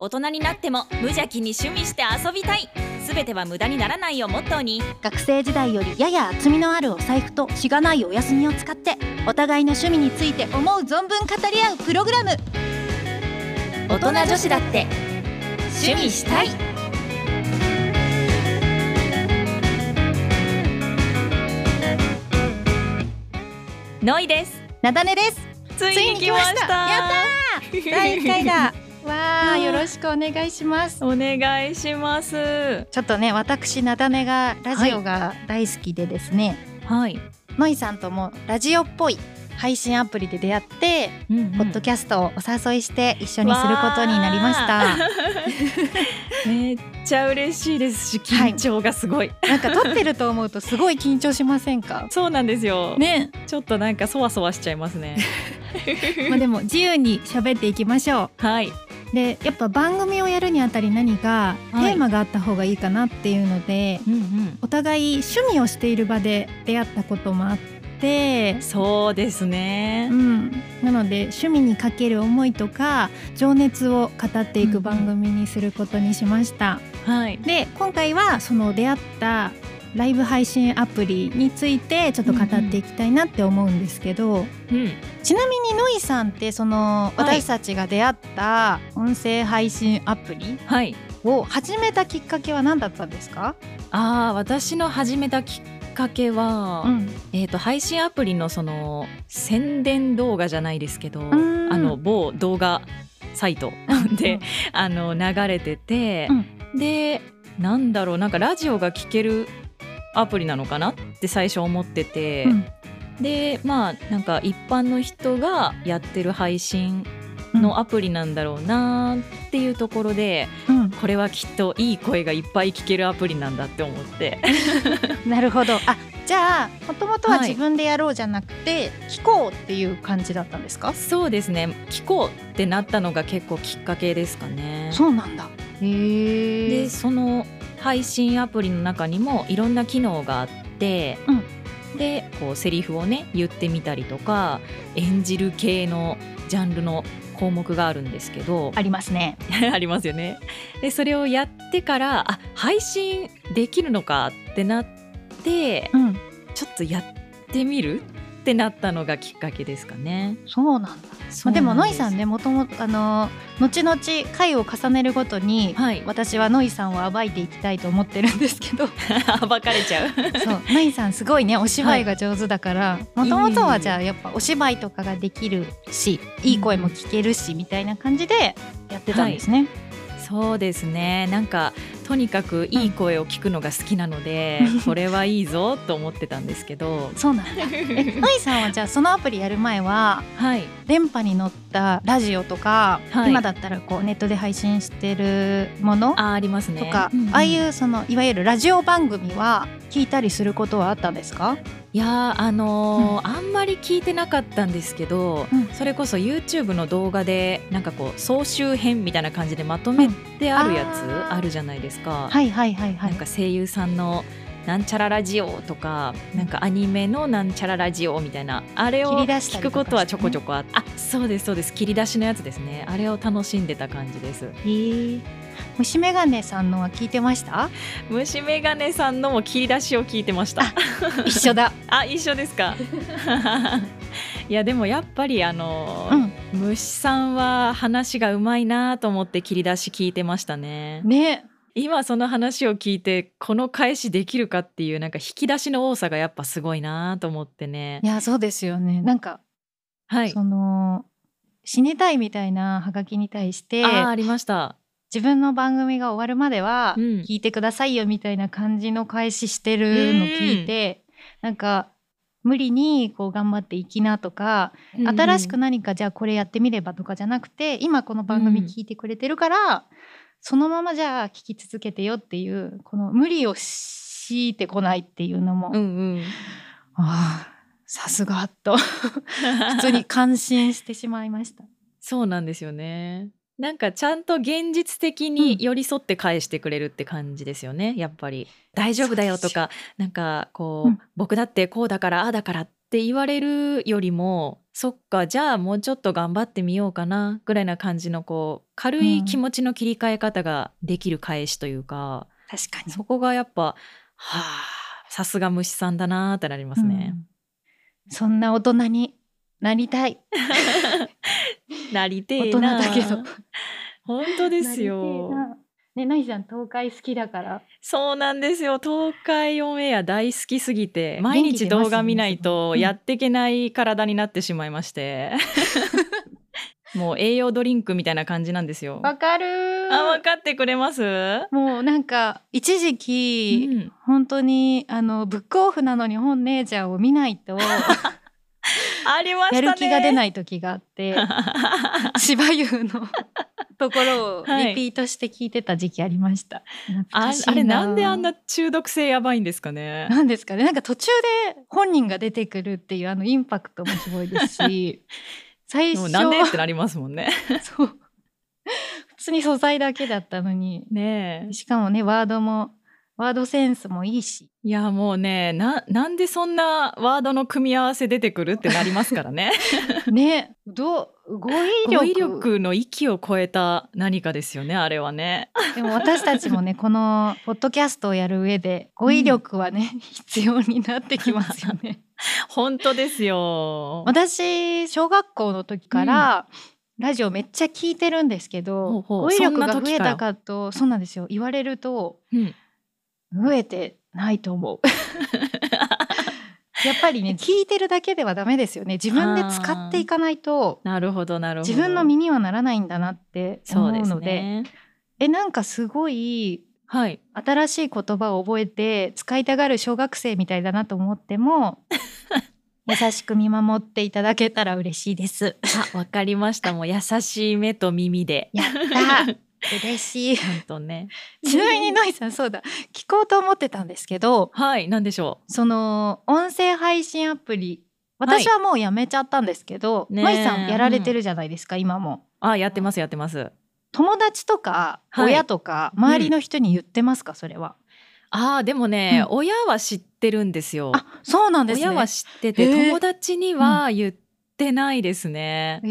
大人になっても無邪気に趣味して遊びたいすべては無駄にならないをモットーに学生時代よりやや厚みのあるお財布としがないお休みを使ってお互いの趣味について思う存分語り合うプログラム大人女子だって趣味したいノイですなだねですつついいにに来来ままししたた第1回だ わあうんよろしくお願いしま すお願いしますちょっとね私なだめがラジオが大好きでですね、はい、のいさんともラジオっぽい配信アプリで出会って、うんポッドキャストをお誘いして一緒にすることになりましためっちゃ嬉しいですしはい緊張がすごい、なんか撮ってると思うとすごい緊張しませんかそうなんですよ、ね、ちょっとなんかそわそわしちゃいますねまあでも自由に喋っていきましょはい、うでやっぱ番組をやるにあたり何かテはいーマがあった方がいいかなっていうので、うんうん、お互い趣味をしている場で出会ったこともあってそうですねうん、なので趣味にかける思いとか情熱を語っていく番組にすることにしました、はいで今回はその出会ったライブ配信アプリについてちょっと語っていきたいなって思うんですけど、うんちなみにノイさんってそのはい私たちが出会った音声配信アプリはいを始めたきっかけは何だったんですか、ああ私の始めたきっかけは、ん、えー、と配信アプリのその宣伝動画じゃないですけどあんの某動画サイト であの流れてて、でなんだろうなんかラジオが聴けるアプリなのかなって最初思ってて、うんでまあなんか一般の人がやってる配信のアプリなんだろうなっていうところで、うんこれはきっといい声がいっぱい聞けるアプリなんだって思って。なるほどあじゃあもともとははい自分でやろうじゃなくて、聞こうっていう感じだったんですかそうですね聞こうってなったのが結構きっかけですかね。そうなんだ。へで。その配信アプリの中にもいろんな機能があって、でこうセリフをね言ってみたりとか演じる系のジャンルの項目があるんですけどありますね。 ありますよね。でそれをやってからあ配信できるのかってなってうん。ちょっとやってみるってなったのがきっかけですかね。そうなんだ。まそあ、うでもなノイすさんね、もともとあの後々回を重ねるごとに、はい 私はノイさんを暴いていきたいと思ってるんですけど、そ暴かれちゃう。うノイさんすごいねお芝居が上手だから、もともとはじゃあやっぱお芝居とかができるし、いい声も聞けるしみたいな感じでやってたんですね。そうですねなんかとにかくいい声を聞くのが好きなの で、これはいいぞと思ってたんですけどそうなん だ。え、ノイさんはじゃあそのアプリやる前ははい電波に乗ったラジオとか、はい今だったらこうネットで配信してるものあありますねとか、うんうんああいうそのいわゆるラジオ番組は聞いたりすることはあったんですか？いやーあのーあんまり聞いてなかったんですけど、うんそれこそ YouTube の動画でなんかこう総集編みたいな感じでまとめてあるやつうんあーあるじゃないですか、はいはいはいはない。んか声優さんのなんちゃらラジオとかなんかアニメのなんちゃらラジオみたいなあれを切り出した聞りくとかことはちょこちょこ。こああそうですそうです切り出しのやつですねあれを楽しんでた感じですへー虫眼鏡さんのは聞いて ました？虫眼鏡さんのも切り出しを聞いてました一 緒だ。あ一緒です かいやでもやっぱりあの、虫さんは話がうまいなと思って切り出し聞いてましたねね。今その話を聞いてこの返しできるかっていうなんか引き出しの多さがやっぱすごいなと思ってねいやそうですよね。なんか、はいその死にたいみたいなハガキに対してあーありました自分の番組が終わるまではうん聞いてくださいよみたいな感じの開始してるの聞いて、なんか無理にこう頑張っていきなとか、新しくな何かじゃあこれやってみればとかじゃなくて今この番組聞いてくれてるから、そのままじゃあ聞き続けてよっていうこの無理を強いてこないっていうのも、うんうんああさすがと普通に感心してしまいました。そうなんですよね。なんかちゃんと現実的に寄り添って返してくれるって感じですよね、やっぱり。大丈夫だよとかなんかこう、うん僕だってこうだからああだからっって言われるよりもそっかじゃあもうちょっと頑張ってみようかなぐらいな感じのこう軽い気持ちの切り替え方ができる返しというか、 確かそこがやっぱはあさすが虫さんだなーってなりますね。うんそんな大人になりたいなりて大え人なだけど本当ですよ。なりてえなねナイさん東海好きだからそうなんですよ東海オンエア大好きすぎて毎元気日出ますよね動画見ないすごというんやっていけない体になってしまいまして、もう栄養ドリンクみたいな感じなんですよ。わかるーあ分かってくれます、うもうなんか一時期、ん、本当にあのブックオフなのに本姉ちゃんを見ない とありましたね。やる気が 出い。ない時があって 芝生のところをはいリピートして聞いてた時期ありました。懐あかしいあれなんであんな中毒性やばいんですか ね。なんですかねなんか途中で本人が出てくるっていうあのインパクトもすごいです し最もう初なんではってなりますもんね。そう普通に素材だけだったのにねえしかも ねワードもワードセンスもいいしいやもうねななんでそんなワードの組み合わせ出てくるってなりますからね。ねどう語彙力語彙力の域を超えた何かですよねあれは ね。でも私たちもねこのポッドキャストをやる上で語彙力はね、 必要になってきますよね。本当ですよ。私小学校の時から、ラジオめっちゃ聞いてるんですけほどうほう語彙力そがんな増時えからたかとそうなんですよ言われるとうん増えてない と思うやっぱりね聞いてるだけではダメですよね自分で使っていかないとなるほどなるほど。自分の身にはならないんだなって思そううですのでね。えなんかすごいはい。新しい言葉を覚えて使いたがる小学生みたいだなと思っ ても優しく見守っていただけたら嬉しい です。あわかりましたもう優しい目と耳で。やったー嬉しい。本当ね。ちなみにノイさんそうだ聞こうと思ってたんですけどはいなんでしょその音声配信アプリはい私はもうやめちゃったんですけど、ねえノイさんやられてるじゃないですか、今も。う。あやってますやってます。友達とかはい親とか周りの人に言ってますか、それは。あーでもね、う親は知ってるんですよ。あそうなんですね。親は知ってへてー友達には言ってないですね。え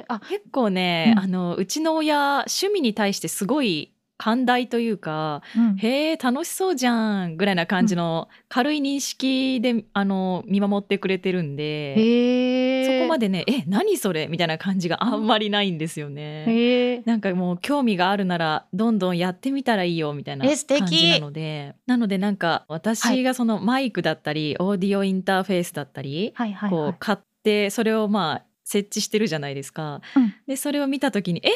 ー、あ結構ね、うんあのうちの親趣味に対してすごい寛大というかうんへえ楽しそうじゃんぐらいな感じの軽い認識で、あの見守ってくれてるんで、へそこまで。でねえ何それみたいな感じがあんまりないんですよね。へーなんかもう興味があるならどんどんやってみたらいいよみたいなえ素敵感じなのでなのでなんか私がそのマイクだったり、オーディオインターフェースだったり、はいはいこはうい。買ってそれをまあ設置してるじゃないですか、うんでそれを見た時に「え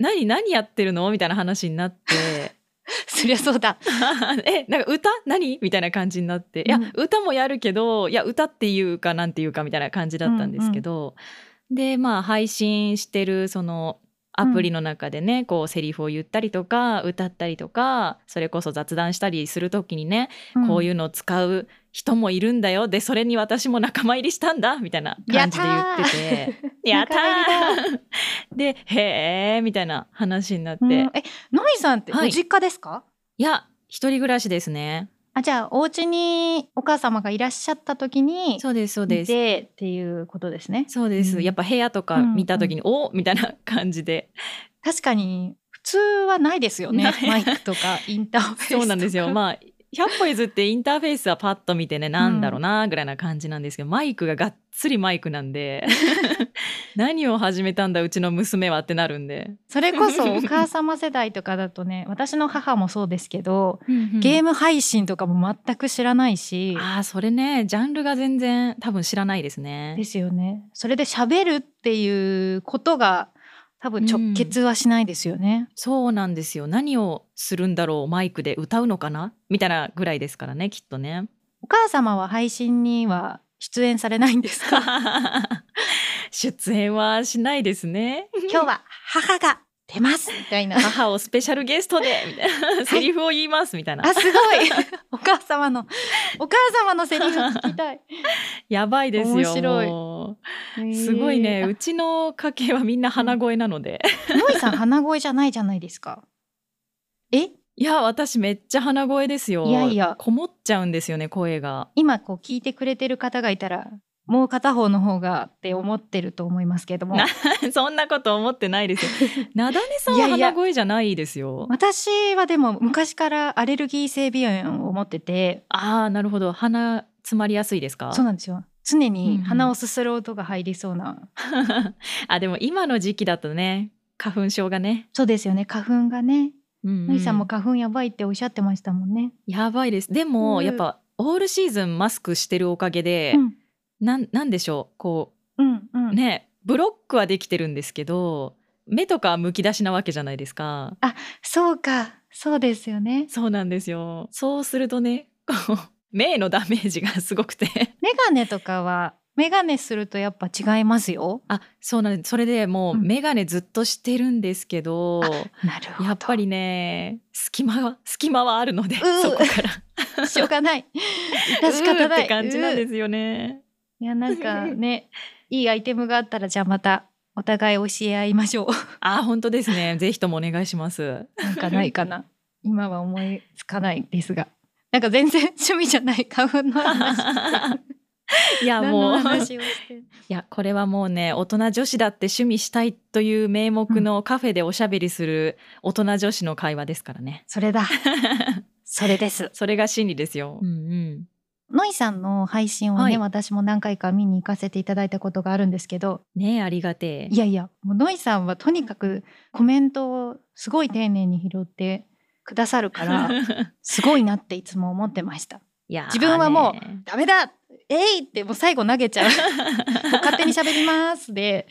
何何やってるの?」みたいな話になってそりゃそうだ。 「 えなんか歌何?」みたいな感じになって「いやうん歌もやるけどいや歌っていうかなんていうか」みたいな感じだったんですけど、でまあ配信してるそのアプリの中でね、こうセリフを言ったりとか歌ったりとかそれこそ雑談したりする時にねこういううのを使う人もいるんだよでそれに私も仲間入りしたんだみたいな感じで言っててややっったたーーでへえみたいな話になって、ん。うんいえ、のみさんってごはい実家ですか？や一人暮らしですねあ、じゃあお家にお母様がいらっしゃった時にそうですそうでですっていうことですね。そうです、うんやっぱ部屋とか見た時に、おみたいな感じで確かに普通はないですよねな。いマイク とかインターフェースとか。そうなんですよあまあ100歩譲ってインターフェースはパッと見てねなんだろうなぐらいな感じなんですけど、マイクががっつりマイクなんで 何を始めたんだうちの娘はってなるんで、それこ そお母様世代とかだとね、私の母もそうですけど、ゲゲーーム配信とかも全く知らないし。ああそれねジャンルが全然多分知らないですでね。すよね。それで喋るっていうことが多分直結はしないですよね。そうなんですよ何をするんだろうマイクで歌うのかなみたいなぐらいですからねきっとね。 お母様は配信には出演されないんですか出演はしないですね。 今日は母が出ますみたいな。母をスペシャルゲストでみたいなセリフを言いますみたいな あすごい お母様のお母様のセリフ聞きたい。やばいですよ。面白いもうすごいへねー。うちの家系はみんな鼻声なのであのいさん鼻声じゃないじゃないですか。えいや私めっちゃ鼻声ですよ。いやいやこもっちゃうんですよね声が。 今こう聞いてくれてる方がいたらもう片方の方がって思ってると思いますけれどもなそんなこと思ってないですよ。 なだねさんいやはいや鼻声じゃないですよ。私はでも昔からアレルギー性鼻炎を持っててああ、なるほど。鼻詰まりやすいですかそうなんですよ常にうん鼻をすする音が入りそうな、 あ、でも今の時期だとね、花粉症がね。そうですよね花粉がねうんのりさんも花粉やばいっておっしゃってましたもんね、やばいです。でも、うんやっぱオールシーズンマスクしてるおかげで、うんなんなんでしょう。こうんうんうね、ブロックはできてるんですけど、目とかはむき出しなわけじゃないですか。そうかそうですよねそうなんですよ。そうするとね、こう目のダメージがすごくて。メガネとかはメガネするとやっぱ違いますよあそうなんですそれでもううん眼鏡ずっとしてるんですけど、なるほどやっぱりね隙間は隙間はあるのでうーそこ からしょうが ない致しう方ーっないて感じなんですすよね。いやなん かねいいアイテムがあったらじゃあまたお互い教え合いま しょうあ本当ですねぜひともお願いします。なんかないかな今は思いつかないですがなんか全然趣味じゃない花粉の話 いや何ものう話をしていやこれはもうね大人女子だって趣味したいという名目のカフェでおしゃべりする大人女子の会話ですからね。それだそれですそれが真理ですよ。うんうん。ノイさんの配信をね、はい私も何回か見に行かせていただいたことがあるんですけどねありがてえい。やいやもうノイさんはとにかくコメントをすごい丁寧に拾ってくださるから すごいなっていつも思ってました。いや自分はもうねダメだえいってもう最後投げち ゃう勝手に喋りますで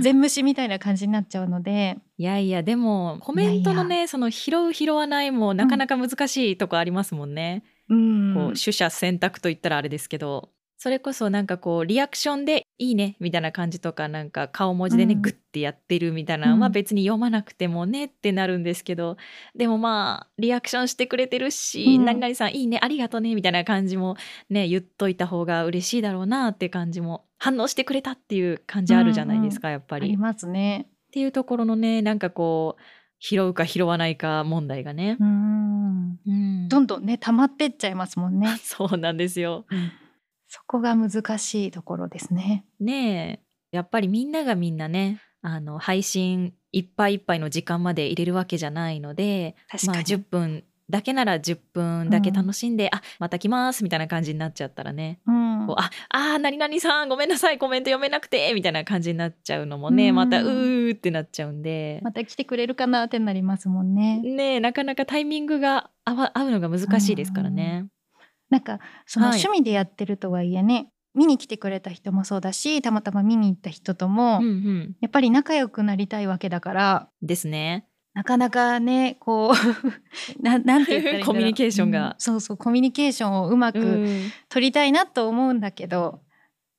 全無視みたいな感じになっちゃうのでいやいやでもコメントのねその拾う拾わないもなかなか難しいとこありますもんね、うんこう取捨選択といったらあれですけどそれこそなんかこうリアクションで「いいね」みたいな感じとかなんか顔文字でね、うんグッてやってるみたいなのはうん別に読まなくてもねってなるんですけど、でもまあリアクションしてくれてるし「うん何々さんいいねありがとね」みたいな感じもね言っといた方が嬉しいだろうなって感じも反応してくれたっていう感じあるじゃないですか、やっぱありり。ますね。っていうところのねなんかこう拾うか拾わないか問題がね、うんうん。どんどんね溜まってっちゃいますもんね そうなんですよそこが難しいところですね。ねえやっぱりみんながみんなねあの配信いっぱいいっぱいの時間まで入れるわけじゃないので確まあ、10分だけなら10分だけ楽しんで、あまた来ますみたいな感じになっちゃったらね、うんこうああー何々さんごめんなさいコメント読めなくてみたいな感じになっちゃうのもね、うんまたうーってなっちゃうんで、また来てくれるかなってなりますもんね。ねえなかなかタイミングが合わ合うのが難しいですからね。なんかそのはい趣味でやってるとはいえね、見に来てくれた人もそうだしたまたま見に行った人とも、うんうん、やっぱり仲良くなりたいわけだからですね。なかなかねこう ななんて言ったらいいんだろうコミュニケーションがうんそうそうコミュニケーションをうまくうん取りたいなと思うんだけど、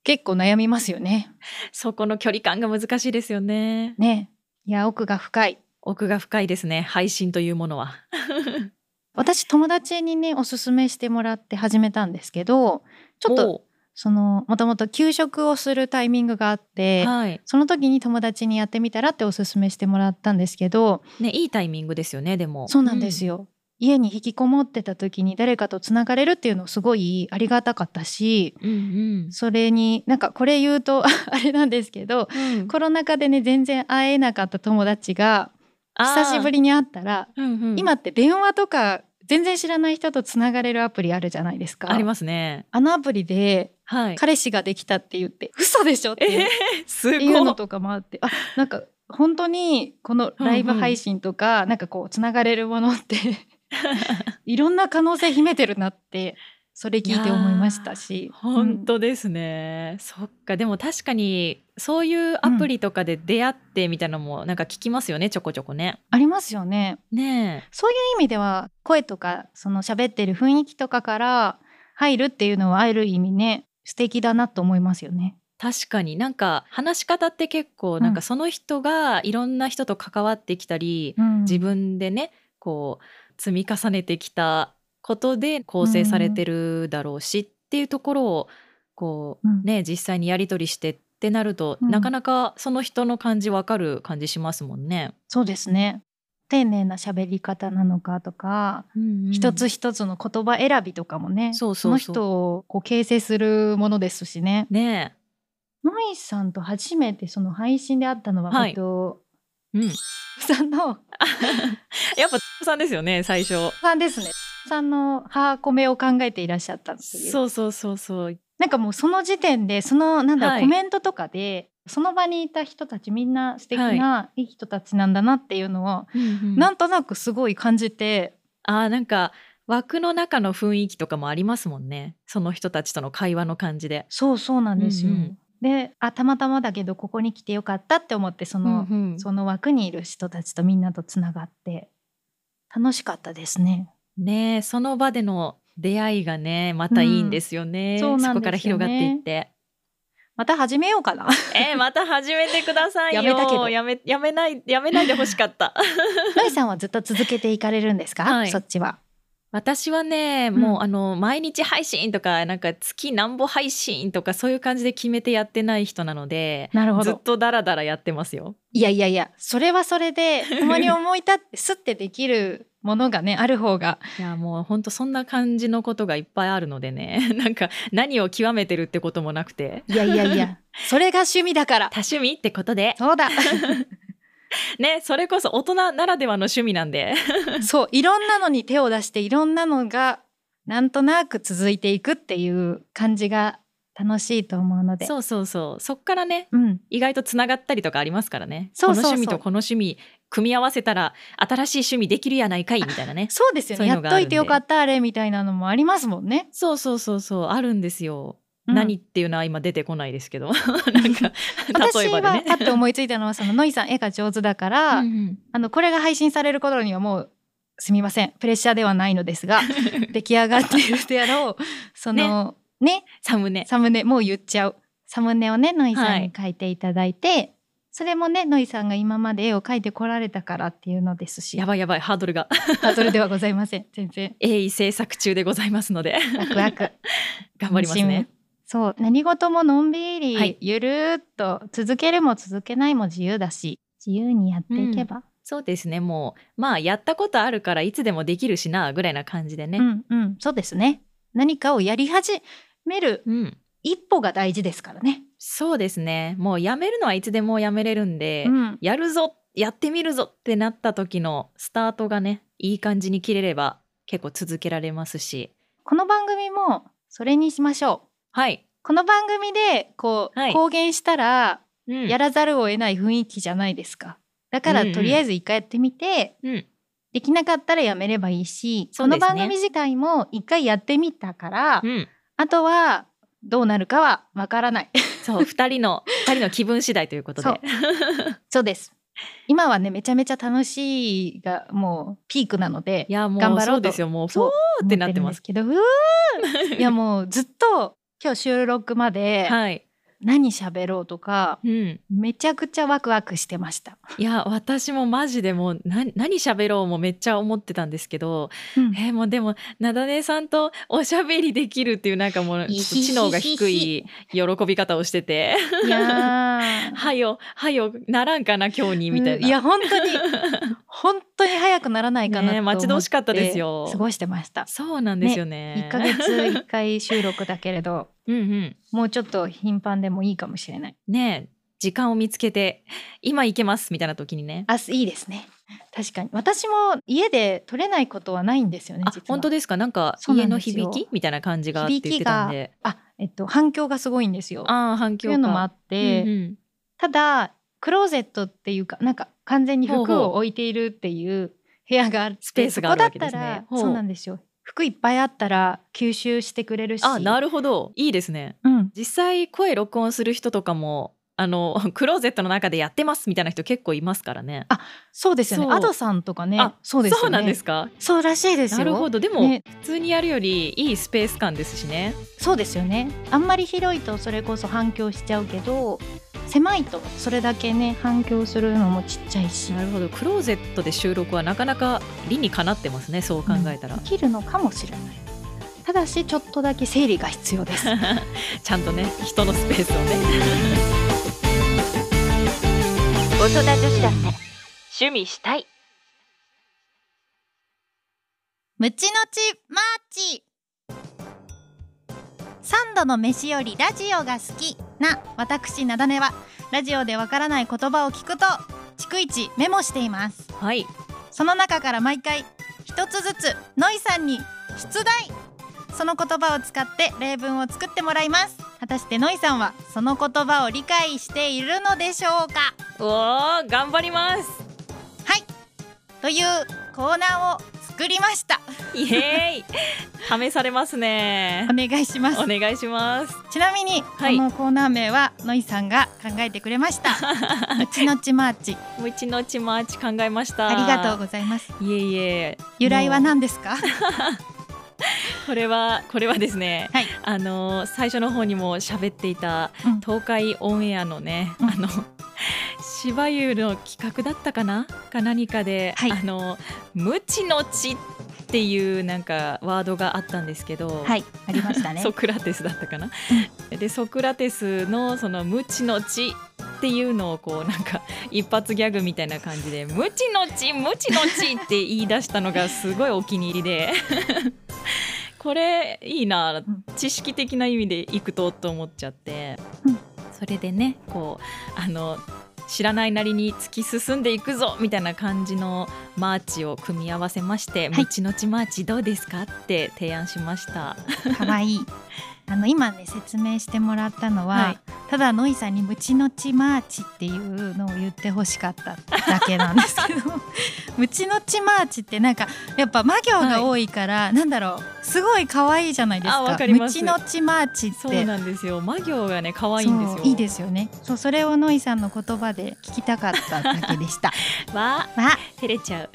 結構悩みますよね。そこの距離感が難しいですよね。ねいや奥が深い奥が深いですね。配信というものは。私友達にねおすすめしてもらって始めたんですけどちょっとおそのもともと給食をするタイミングがあって、うはい。その時に友達にやってみたらっておすすめしてもらったんですけどね、いいタイミングですよね。でも。そうなんですよ。よ、家に引きこもってた時に誰かとつながれるっていうのすごいありがたかったしうんうん。それになんかこれ言うと あれなんですけどうんコロナ禍でね全然会えなかった友達が久しぶ。りに会ったら、あーうんうん今って電話とか全然知らない人とつながれるアプリあるじゃないですか。ありますね。あのアプリではい。彼氏ができたって言って嘘でしょっていうえー、す ごい。っていうのとかもあってあなんか本当にこのライブ配信とか、なんかこうつながれるものって いろんな可能性秘めてるなってそれ聞いて思いましたし本当ですね、そっかでも確かにそういうアプリとかで出会ってみたいなのもなんか聞きますよね、ちょこちょこねありますよねねえそういう意味では声とかその喋ってる雰囲気とかから入るっていうのはある意味ね素敵だなと思いますよね。確かになんか話し方って結構なんうんかその人がいろんな人と関わってきたり、自分でねこう積み重ねてきたことで構成されてるだろうし、っていうところをこうんうね実際にやり取りしてってなると、うんなかなかその人の感じわかる感じしますもんね。そうですね丁寧な喋り方なのかとか、うんうん一つ一つの言葉選びとかもねそうそうそうその人をこう形成するものですしね。ねノイさんと初めてその配信で会ったのは、はいえっとえ、うん、さんのやっぱさんですよね最初さんですね。さんの母米を考えていらっしゃったという。そうそうそうそうなんかもうその時点でそのなんだろう、はいコメントとかでその場にいた人たちみんな素敵ないい人たちなんだなっていうのを、ななんんとなくすごい感じて、あーなんか枠の中の雰囲気とかもありますもんねその人たちとの会話の感じでそうそうなんですよ。うんうんであたまたまだけどここに来てよかったって思ってその、うんうんその枠にいる人たちとみんなとつながって楽しかったですね。ねえその場での出会いがねまたいいんですよね、うんそうなんですよねこから広がっていってまた始めよ うかな。えー、また始めてくださいよやめたけどやめやめないやめないでほしかったロイさんはずっと続けていかれるんですか、はいそっちは。 私はねんもう、あの毎日配信とかなんか月なんぼ配信とかそういう感じで決めてやってない人なのでなるほずっど。とダラダラやってますよいやいやいやそれはそ れでたまに思い立ってすってできるものがねある方がいやもうほんとそんな感じのことがいっぱいあるのでね なんか何を極めてるってこともなくていやいやいや それが趣味だから多趣味ってことでそうだねそれこそ大人ならではの趣味なんで そういろんなのに手を出していろんなのがなんとなく続いていくっていう感じが楽しいと思うのでそうそうそうそっからねうん意外とつながったりとかありますからねそうそうそこのう趣味とこの趣味組み合わせたら新しい趣味できるやないかいみたいなねそうですよそうねいうやのっがあとるんいでてよかったあれみたいなのもありますもんね、そうそうそうそうあるんですよ、うん 何っていうのは今出てこないですけどなんか例私えばではねパッと思いついたのはそのノイさん絵が上手だから、うんうんあのこれが配信される頃にはもうすみませんプレッシャーではないので すが出来上がっているであろうそのねサムネサムネもう言っちゃうサムネをねノイさはんいに書いていただいて、それもねノイさんが今まで絵を描いてこられたからっていうのですしやばいやばいハードル がハードルではございません全然鋭意制作中でございますの でワクワク 頑張ります楽しねむそう何事ものんびり、はいゆるーっと続けるも続けないも自由だし自由にやっていけば、そうですねもうまあやったことあるからいつでもできるしなぐらいな感じでうねんうん、そうですね。何かをやり始めるうん、一歩が大事ですからね。そうですねもうやめるのはいつでもやめれるんで、うん、やるぞやってみるぞってなった時のスタートがねいい感じに切れれば結構続けられますしこの番組もそれにしましょう。はい、この番組でこう、はい公言したらうんやらざるを得ない雰囲気じゃないですか。だからうんうんとりあえず一回やってみて、うんできなかったらやめればいいし、そこうでのすね番組自体も一回やってみたから、うん、あとはどうなるかはわからない。そう二人の二人の気分次第ということで そうそうです。今はねめちゃめちゃ楽しいがもうピークなのでい、やも頑う張ろそううとですよもうそうーってなってます思るんですけ どうーいやもうずっと今日収録まではい、何喋ろうとかうん、めちゃくちゃワクワクしてました、いや私もマジでもうな何喋ろうもめっちゃ思ってたんですけどえーもうでもなだねさんとおしゃべりできるっていうなんかもうちょっと知能が低い喜び方をして ていやーはよはよならんかな今日に みたいな。いや本当に本当に早くならないかなと思って、ね待ち遠しかったですよ過ごしてましたそうなんですよね。 1ヶ月1回収録だけれどうんうん。もうちょっと頻繁でもいいかもしれないねえ時間を見つけて今行けますみたいな時にね。あいいですね確かに私も家で撮れないことはないんですよねあ実は本当ですかなんかそうな家んのですよ響きみたいな感じがって言ってたんで。あえっと反響がすごいんですよああ反っ響ていかうのもあって、うんうんただクローゼットっていうかなんか完全にほう服ほうを置いているっていう部屋があるスペースがあるわけですねそこだったほらうそうなんですよ服いっぱいあったら吸収してくれるしあなるるほどいいですね。うん実際声録音する人とかもあの クローゼットの中でやってますみたいな人結構いますからね。そうですよねそうアドさんとかねあそうですよねそうなんですか。そうらしいですよなるほどでも、ね普通にやるよりいいスペース感ですしね。そうですよねあんまり広いとそれこそ反響しちゃうけど狭いとそれだけね反響するのもちっちゃいしなるほどクローゼットで収録はなかなか理にかなってますねそう考えたら、うんできるのかもしれないただしちょっとだけ整理が必要ですちゃんとね人のスペースをね大人女子だって趣味したいムチのちマーチ三度の飯よりラジオが好きな私なだねはラジオでわからない言葉を聞くと逐一メモしていますはいその中から毎回一つずつノイさんに出題その言葉を使って例文を作ってもらいます果たしてノイさんはその言葉を理解しているのでしょうかおお頑張りますはいというコーナーを作りましたイエーイ試されますねお願い しますお願いしますちなみに、はいこのコーナー名はノイさんが考えてくれま した。うちのちマーチ、もう一のちマーチ考えましたありがとうございます。いえいえ由来はもう何ですか？これはこれはですね、はいあの最初の方にも喋っていたうん東海オンエアのね、うんあの芝生の企画だったかなか何かで、はいあの無知の知っていうなんかワードがあったんですけど、い、ありました ソクラテスだったかな、でソクラテスのその無知の知っていうのをこうなんか一発ギャグみたいな感じで無知の知無知の知って言い出したのがすごいお気に入り でこれいいな知識的な意味でいくとと思っちゃって、うんそれでねこうあの知らないなりに突き進んでいくぞみたいな感じのマーチを組み合わせまして「はい無知のちマーチどうですか?」って提案しました。可愛いい。あの今ね説明してもらったのは、はいただノイさんにムチのちマーチっていうのを言ってほしかっただけなんです けど、ムチのちマーチってなんかやっぱ魔行が多いから、なんだろうすごい可愛いじゃないですあか。わかりますムチのちマーチって。そうなんですよ。魔行がね可愛いんですよそ。ういいですよねそうそれをノイさんの言葉で聞きたかっただけでしたわまあ照れちゃう。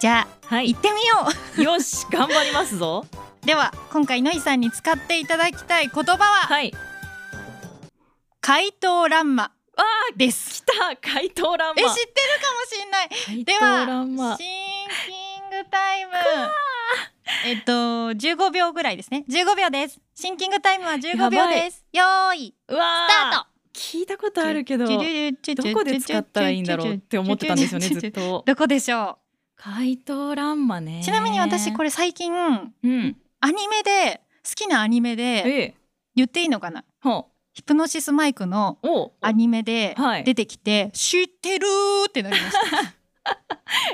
じゃあはい行。ってみよよし頑張りますぞ。うでは今回ノイさんに使っていただきたい言葉は、はい。怪盗乱魔わで来すた怪盗乱え知っ魔。てるかもしんない怪で盗乱は魔。シンキングタイムえっと15秒ぐらいですね15秒ですシンキングタイムは15秒ですよーいうわスータート聞いたことあるけどどどこで使ったらいいんだろうって思ってたんですよねずっと。どこでしょ怪盗乱魔ね。うちなみに私これ最近うん。アニメで好きなアニメでええ。言っていいのかなほヒプノシスマイクのう。おう。アニメではい出てきて、知ってるーってな りました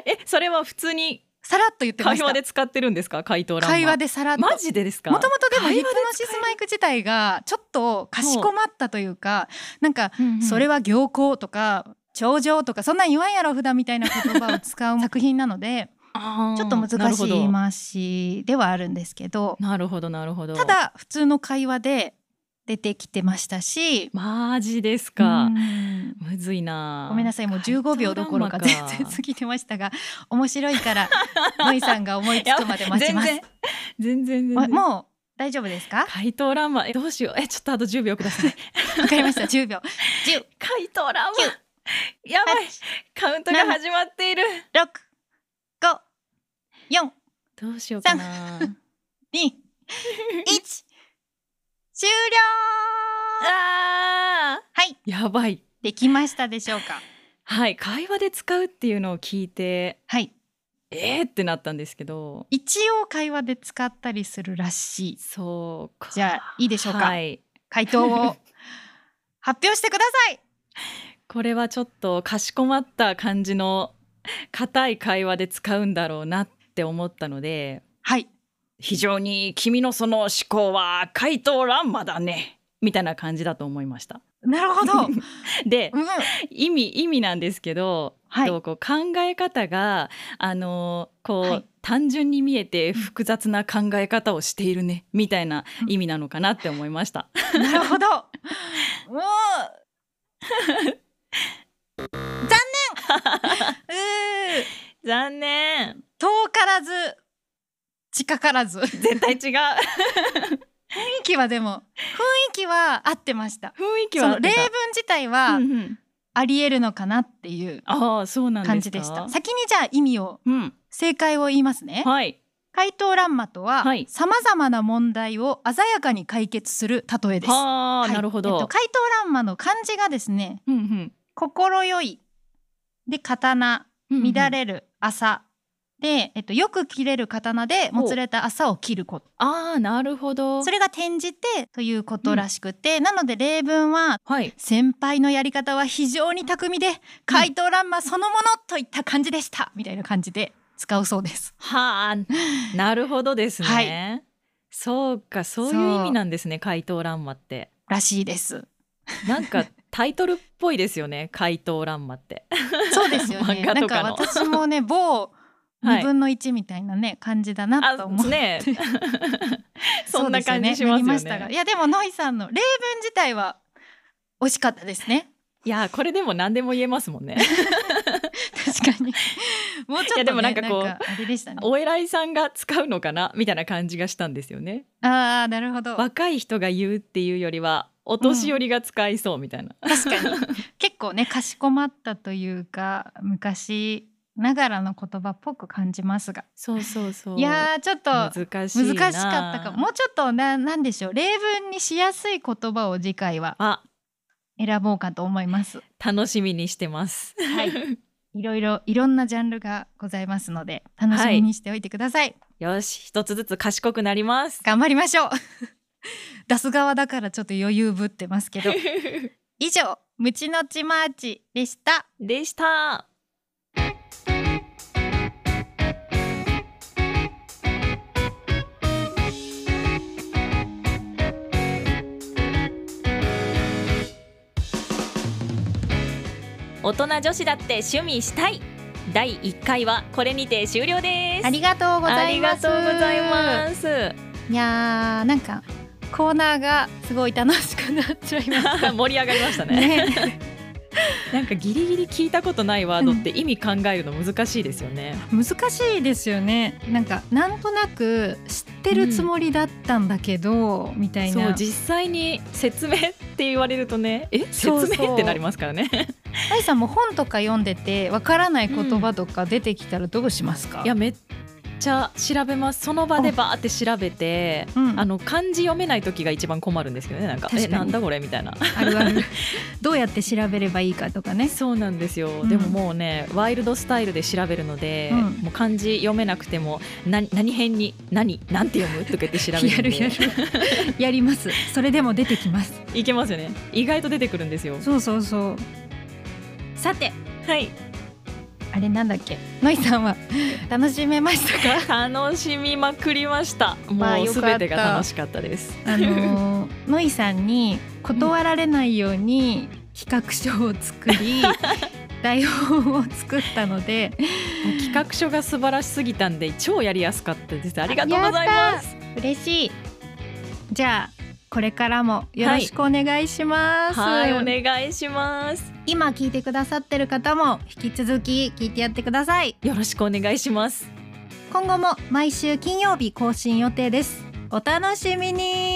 えそれは普通にさらっと言ってま会し話たで使ってるんですか怪盗乱魔。会話でさらっとマジでですか。もともとでも会ヒ話プでノシスマイク自体がちょっとかしこまったというかなんかそれはは行幸とか頂上とかそんなん言わんやろ普段みたいな言葉を使 う作品なのでちょっと難しい回しではあるんですけどなるほどなるほど。ただ普通の会話で出てきてましたしマジですかう。んむずいな。ごめんなさいもう怪盗15秒どころか乱全魔然過ぎてましたが面白いから のいさんが思いつくまで待ちます全然全然全わ然。うもう大丈夫ですか怪盗乱魔えどうしようえちょっとあと10秒くだ さい。わかりま した10秒怪盗乱魔。やばいカウントが始まっている。 1065421どうしようかな。終了あはいーやばい。できましたでしょうかはい会話で使うっていうのを聞いてはいえーってなったんですけど。一応会話で使ったりするらしいそうか。じゃあいいでしょうか、はい。回答を発表してくださいこれはちょっとかしこまった感じの 硬い会話で使うんだろうなって思ったので はい非常に君のその思考は怪盗乱魔だねみたいな感じだと思いました。なるほど、でうん、意味意味なんですけど、はいとこう考え方があのこう、はい単純に見えて複雑な考え方をしているねみたいな意味なのかなって思いました。なる ほど。もう。残念。うー残念遠からず。近からず。雰囲絶対違う気はでも。雰囲気は合ってました。 雰囲気そは合のっ例て文た自体はうんうんありえるのかなっていうああそうなんですか感じでした。先にじゃあ意味をうん、正解を言いますね。はい。怪盗乱魔とははいさまざまな問題を鮮やかに解決する例えです。はあ、はいなるほえっど。と怪盗乱魔の漢字がですねうんうん心よいで刀うんうん乱。れる朝で、えっと、よく切れる刀でもつれた麻を切ることああなるほどそれが転じてということらしくて、なので例文ははい先輩のやり方は非常に巧みで怪盗乱魔そのものといった感じでした、みたいな感じで使うそうです。はあなるほどですね、はいそうかそうそいうう意味なんですね怪盗乱魔ってらしいです。なんかタイトルっぽいですよね 怪盗乱魔ってそうですよ ね。漫画なんとかかの私もね 某はい二分の一みたいなね感じだなと思う。ね そんな感じしそうですますよねなりましたがいやでもノイさんの例文自体は惜しかったですね。いやこれでも何でも言えますもんね確か に。もうちょっと、ね、いやでもなんかこうあれでしたね。お偉いさんが使うのかなみたいな感じがしたんですよねああなるほど。若い人が言うっていうよりはお年寄りが使いそうみたいな、確かに 結構ねかしこまったというか昔ながらの言葉っぽく感じますが。そうそうそういやーちょっと難しいな難しかったかももうちょっとななんでしょう例文にしやすい言葉を次回はあ選ぼうかと思い ます。楽しみにし てますはい、いろいろいろんなジャンルがございますので楽しみにしておいてください。よし一つずつ賢くなります頑張りましょう。出す側だからちょっと余裕ぶってますけ ど以上ムチのちマーチでした。でした大人女子だって趣味したい第1回はこれにて終了ですありがとうございます。ありがとうございますす。いやーなんかコーナーがすごい楽しくなっちゃいま し 盛り上がりましたたねね。なんかギリギリ聞いたことないワードって意味考えるの難しいですよね、難しいですよね。なんかなんとなく知ってるつもりだったんだけど、みたいそうな実際に説明って言われるとねえ説そうそう明ってなりますからね愛さんも本とか読んでてわからない言葉とか出てきたらどうしますか、いやめっちゃ調べますその場でバーって調べてうんあの漢字読めない時が一番困るんですけどねなんか確かえになんだこれみたいなある あるどうやって調べればいいかとかねそうなんですよ、んでももうねワイルドスタイルで調べるので、うんもう漢字読めなくてもな何編に何なんて読むとか言って調べるんでやるやる やりますそれでも出てきますいけますよね意外と出てくるんですよそうそうそうさてはいあれなんだっけノイさんは楽しめました か楽しみまくりました。まあもうよすかったべてが楽しかったです。あのー ノイさんに断られないように企画書を 作り台本を作ったので企画書が素晴らしすぎたんで超やりやすかったです。ありがとうございます。嬉しいじゃあこれからもよろしくお願いします、はい、お願いします。今聞いてくださってる方も引き続き聞いてやってくださいよろしくお願いします。今後も毎週金曜日更新予定ですお楽しみに